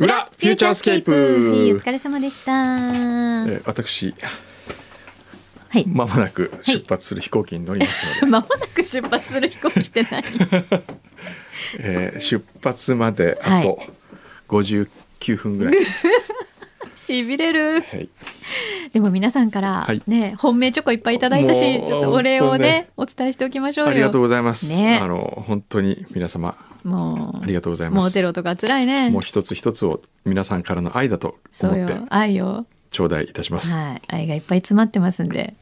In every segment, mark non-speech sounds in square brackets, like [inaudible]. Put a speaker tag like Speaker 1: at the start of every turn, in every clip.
Speaker 1: ューチャースケープ
Speaker 2: はいお疲れ様でした。は
Speaker 1: えー私
Speaker 2: い。
Speaker 1: まもなく出発する飛行機に乗りますので、
Speaker 2: まもなく出発する飛行機って何
Speaker 1: えー出発まであと59分ぐらい
Speaker 2: [laughs]
Speaker 1: です、
Speaker 2: しびれる。
Speaker 1: はい、
Speaker 2: [laughs] でも皆さんから
Speaker 1: はい
Speaker 2: ね、本命チョコいっぱいいただいたし、
Speaker 1: もう
Speaker 2: ちょっとお礼をねお伝えしておきましょうよ。
Speaker 1: ありがとうございます、
Speaker 2: ね
Speaker 1: あの本当に皆様
Speaker 2: もう、
Speaker 1: ありがとうございます
Speaker 2: もうテロとか辛いね。
Speaker 1: もう一つ一つを皆さんからの愛だと思
Speaker 2: そう
Speaker 1: っ
Speaker 2: よ
Speaker 1: て、
Speaker 2: 愛よ。
Speaker 1: 頂戴いたします、
Speaker 2: はい。愛がいっぱい詰まってますんで。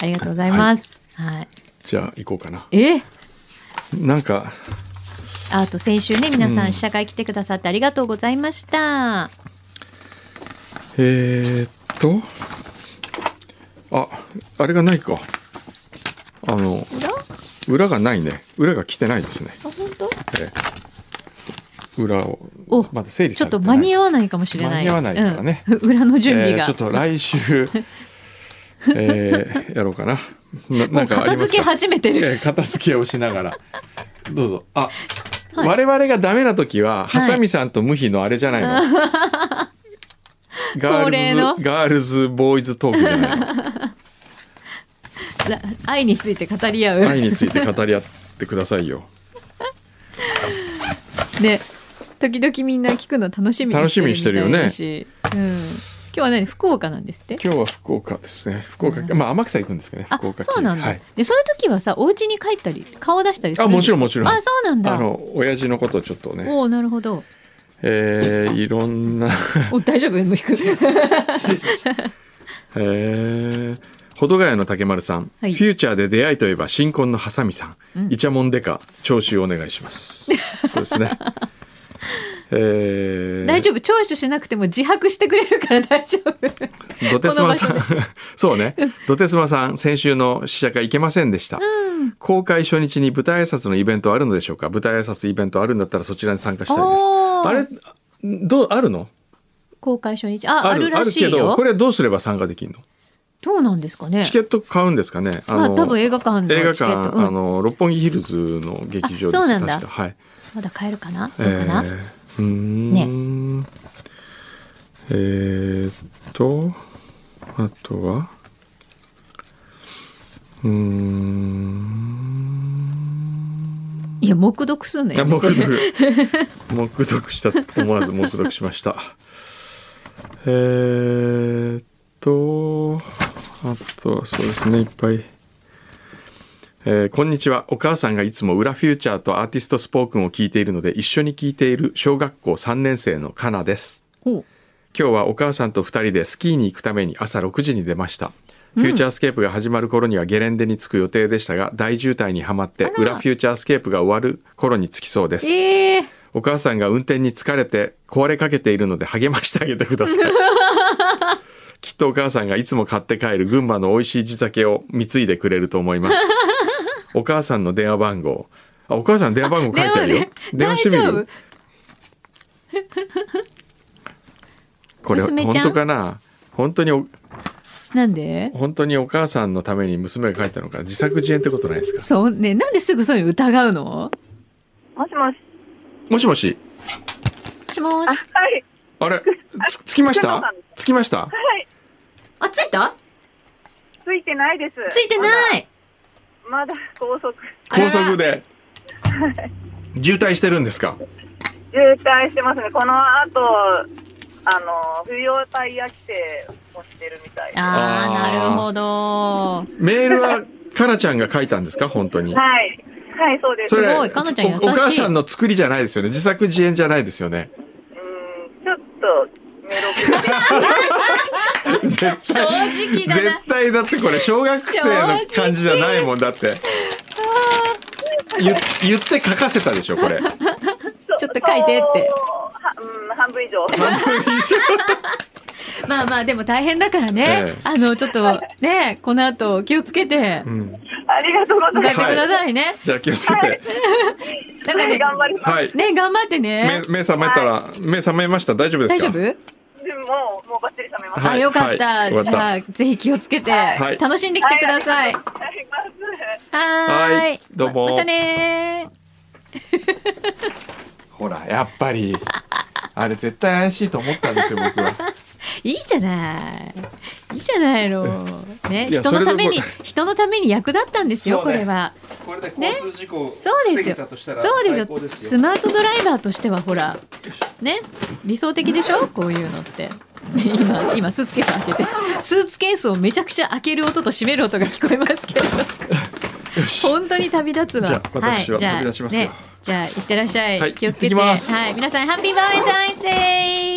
Speaker 2: ありがとうございます。はい。
Speaker 1: じゃあ行こうかな
Speaker 2: え
Speaker 1: なんか
Speaker 2: あと先週ね、皆さ
Speaker 1: うん
Speaker 2: ん試写会来てくださってありがとうございました。
Speaker 1: えー、っとああれがないかあの
Speaker 2: ほらあ、
Speaker 1: 裏がないね裏が来てないですね、
Speaker 2: 本当
Speaker 1: えー裏を
Speaker 2: お
Speaker 1: まだ整理
Speaker 2: ち
Speaker 1: さ
Speaker 2: ょっ
Speaker 1: れて
Speaker 2: と
Speaker 1: ない
Speaker 2: 間に合わないかもしれ
Speaker 1: 間
Speaker 2: ない。
Speaker 1: に合わないからね
Speaker 2: うん裏の準備が。
Speaker 1: えーちょっと来
Speaker 2: [laughs]
Speaker 1: 週えーやろうかなな
Speaker 2: も
Speaker 1: な
Speaker 2: うん
Speaker 1: かありま
Speaker 2: 片付
Speaker 1: す
Speaker 2: け
Speaker 1: か
Speaker 2: 始めてる。
Speaker 1: えー片付けをしながらどうぞあ、我々がダメな時はハサミさんと無比のあれじゃないの、ガ
Speaker 2: [laughs] 恒例
Speaker 1: ー
Speaker 2: の
Speaker 1: ルズガールズボーイズトークじゃないの
Speaker 2: ら愛について語り合う。
Speaker 1: 愛について語り合ってくださいよ
Speaker 2: ね、時々みんな聞くの楽しみにしてるみたいだし。うん。今日は何福岡なんですって。
Speaker 1: 今日は福岡ですね福岡まあ天草行くんですけどね
Speaker 2: あ
Speaker 1: 福岡、
Speaker 2: そうなんだ。
Speaker 1: はい、
Speaker 2: で、そういう時はさ、お家に帰ったり、顔出したりする
Speaker 1: あもちろんもちろん
Speaker 2: あ、そうなん
Speaker 1: あ
Speaker 2: だ。
Speaker 1: の親父のことをちょっとね
Speaker 2: おお、なるほど。
Speaker 1: え
Speaker 2: [laughs]
Speaker 1: ーいろんな
Speaker 2: お、大丈夫、もう引く。
Speaker 1: へ [laughs] え保土ヶ谷の竹丸さん、
Speaker 2: はい
Speaker 1: フューチャーで出会いといえば新婚のハサミさん、
Speaker 2: うん
Speaker 1: イチャモンデカ聴取お願いします
Speaker 2: [laughs]
Speaker 1: そうですねえー
Speaker 2: 大丈夫、聴取しなくても自白してくれるから大丈夫。
Speaker 1: ドテスマさ
Speaker 2: こ
Speaker 1: ん [laughs] そうねドテスマさん先週の試写会行けませんでした、
Speaker 2: うん。
Speaker 1: 公開初日に舞台挨拶のイベントあるのでしょうか舞台挨拶イベントあるんだったらそちらに参加したいです
Speaker 2: おー
Speaker 1: あれどうあるの
Speaker 2: 公開初日。あ、あるらしい
Speaker 1: あるけど
Speaker 2: よ
Speaker 1: こ。れはどうすれば参加できるの
Speaker 2: どうなんですかね。
Speaker 1: チケット買うんですかねあ
Speaker 2: まあ、
Speaker 1: の
Speaker 2: 多分映画館のチケ
Speaker 1: 映画
Speaker 2: ット。
Speaker 1: 館、
Speaker 2: うん
Speaker 1: あの六本木ヒルズの劇場です
Speaker 2: あそうなんだ
Speaker 1: 確かはい、
Speaker 2: まだ買えるかな。
Speaker 1: え
Speaker 2: どうかな。
Speaker 1: ーうーん、えーっとあとはうーん
Speaker 2: いや、黙読すんの
Speaker 1: いや
Speaker 2: よ。
Speaker 1: 黙読黙読した思わず黙読しましたえーっとあとはそうですねいっぱいえーこんにちはお母さんがいつも「裏フューチャー」とアーティストスポークンを聞いているので一緒に聞いている小学校3年生のかなです
Speaker 2: [laughs] ほう
Speaker 1: 今日はお母さんと2人でスキーに行くために朝6時に出ましたフューチャースケープが始まる頃にはゲレンデに着く予定でしたが大渋滞にはまって
Speaker 2: あら
Speaker 1: 裏フューチャースケープが終わる頃に着きそうです
Speaker 2: ええ
Speaker 1: お母さんが運転に疲れて壊れかけているので励ましてあげてくだ
Speaker 2: [laughs]
Speaker 1: さいきっとお母さんがいつも買って帰る群馬の美味しい地酒を貢いでくれると思いますお母さんの電話番号あお母さんの電話番号書いてあるよ [laughs]
Speaker 2: 電話ね
Speaker 1: してみ
Speaker 2: 大丈
Speaker 1: る
Speaker 2: 夫
Speaker 1: これ
Speaker 2: 娘ちゃ
Speaker 1: 本
Speaker 2: ん
Speaker 1: 当かな本当にお
Speaker 2: なんで
Speaker 1: 本当にお母さんのために娘が書いたのか自作自演ってことないですか
Speaker 2: そうね、なんですぐそういうの疑うの
Speaker 3: もしもし。
Speaker 1: もしもし
Speaker 2: もしもし。
Speaker 3: はい。
Speaker 1: あれつつきまし
Speaker 3: あ
Speaker 1: たつきました
Speaker 3: はい。
Speaker 2: あ、ついた
Speaker 3: ついてないです。
Speaker 2: ついてない
Speaker 3: まだ。まだ高速。
Speaker 2: あら
Speaker 1: 高速で
Speaker 2: [laughs]
Speaker 1: 渋滞してるんですか
Speaker 3: 渋滞してますね。この後、あの、不要タイヤ規制をしてるみたいです。は
Speaker 2: あ
Speaker 1: あ
Speaker 2: あ、
Speaker 1: ー
Speaker 2: なるほど。
Speaker 1: メールはかなちゃんが書いたんですか [laughs] 本当に
Speaker 3: い。はい、そうです。
Speaker 1: それ
Speaker 3: う
Speaker 2: すごいかなちゃん優しい
Speaker 1: おお母さんの作りじゃないですよね自作自演じゃないですよね
Speaker 3: ん、ちょっと、メロク
Speaker 1: 絶対
Speaker 2: 正直だな
Speaker 1: 絶。対だってこれ小学生の感じじゃないもんだって言言って書かせたでしょ
Speaker 2: [laughs]
Speaker 1: これ
Speaker 2: ちょっと書いてって
Speaker 3: はうん、半分以上。
Speaker 1: 半分以上
Speaker 2: まあまあ、でも大変だからね
Speaker 1: ええ。
Speaker 2: あの、ちょっとね、この後気をつけて、
Speaker 1: うん
Speaker 3: [laughs] ありがとうござ
Speaker 2: 迎え
Speaker 3: いま
Speaker 2: て
Speaker 3: す。
Speaker 2: くださいね。
Speaker 1: じゃあ気をつけて
Speaker 2: なんか
Speaker 3: はい
Speaker 2: ね、
Speaker 3: 頑張ります。
Speaker 1: はい
Speaker 2: ね、頑張って
Speaker 1: 目
Speaker 2: ね。
Speaker 1: 目覚めたら目覚めました大丈夫です
Speaker 2: 大
Speaker 1: か
Speaker 2: 丈夫
Speaker 3: もう、もうバッチリ冷めま
Speaker 1: は
Speaker 3: す。
Speaker 1: い
Speaker 2: あ、よかっ
Speaker 1: は
Speaker 2: た。
Speaker 1: いよかった
Speaker 2: じゃあ、ぜひ気をつけて
Speaker 1: は、い
Speaker 2: 楽しんできてください。
Speaker 3: はありがとうございます。
Speaker 2: はーい
Speaker 1: はいどうも
Speaker 2: ままたねー
Speaker 1: ほらやっぱりあれ絶対怪しいと思ったんですよ僕は
Speaker 2: いいじゃないいいじゃないの、ね、
Speaker 1: いや
Speaker 2: 人のために
Speaker 1: そ
Speaker 2: 人のために役立ったんですよ、
Speaker 4: そ
Speaker 2: こ
Speaker 4: うね
Speaker 2: れは
Speaker 4: これで
Speaker 2: ね
Speaker 4: 交通事故を
Speaker 2: そうで
Speaker 4: 防
Speaker 2: す
Speaker 4: げ
Speaker 2: よ
Speaker 4: たとしたら
Speaker 2: そうです
Speaker 4: 最
Speaker 2: よ
Speaker 4: 高です
Speaker 2: ス
Speaker 4: よ。
Speaker 2: マートドライバーとしてはほらね理想的でしょこういうのって。ね今今スーツケース開
Speaker 1: [laughs]
Speaker 2: けてスーツケースをめちゃくちゃ開ける音と閉める音が聞こえますけど
Speaker 1: よし
Speaker 2: 本当に旅立つわ
Speaker 1: じゃあ私はい
Speaker 2: じゃあ
Speaker 1: 旅立ちますよ
Speaker 2: ねじゃあ行ってらっしゃい、
Speaker 1: はい
Speaker 2: 気をつけて
Speaker 1: 行ってきます
Speaker 2: はい皆さんハッピーバレンタインデー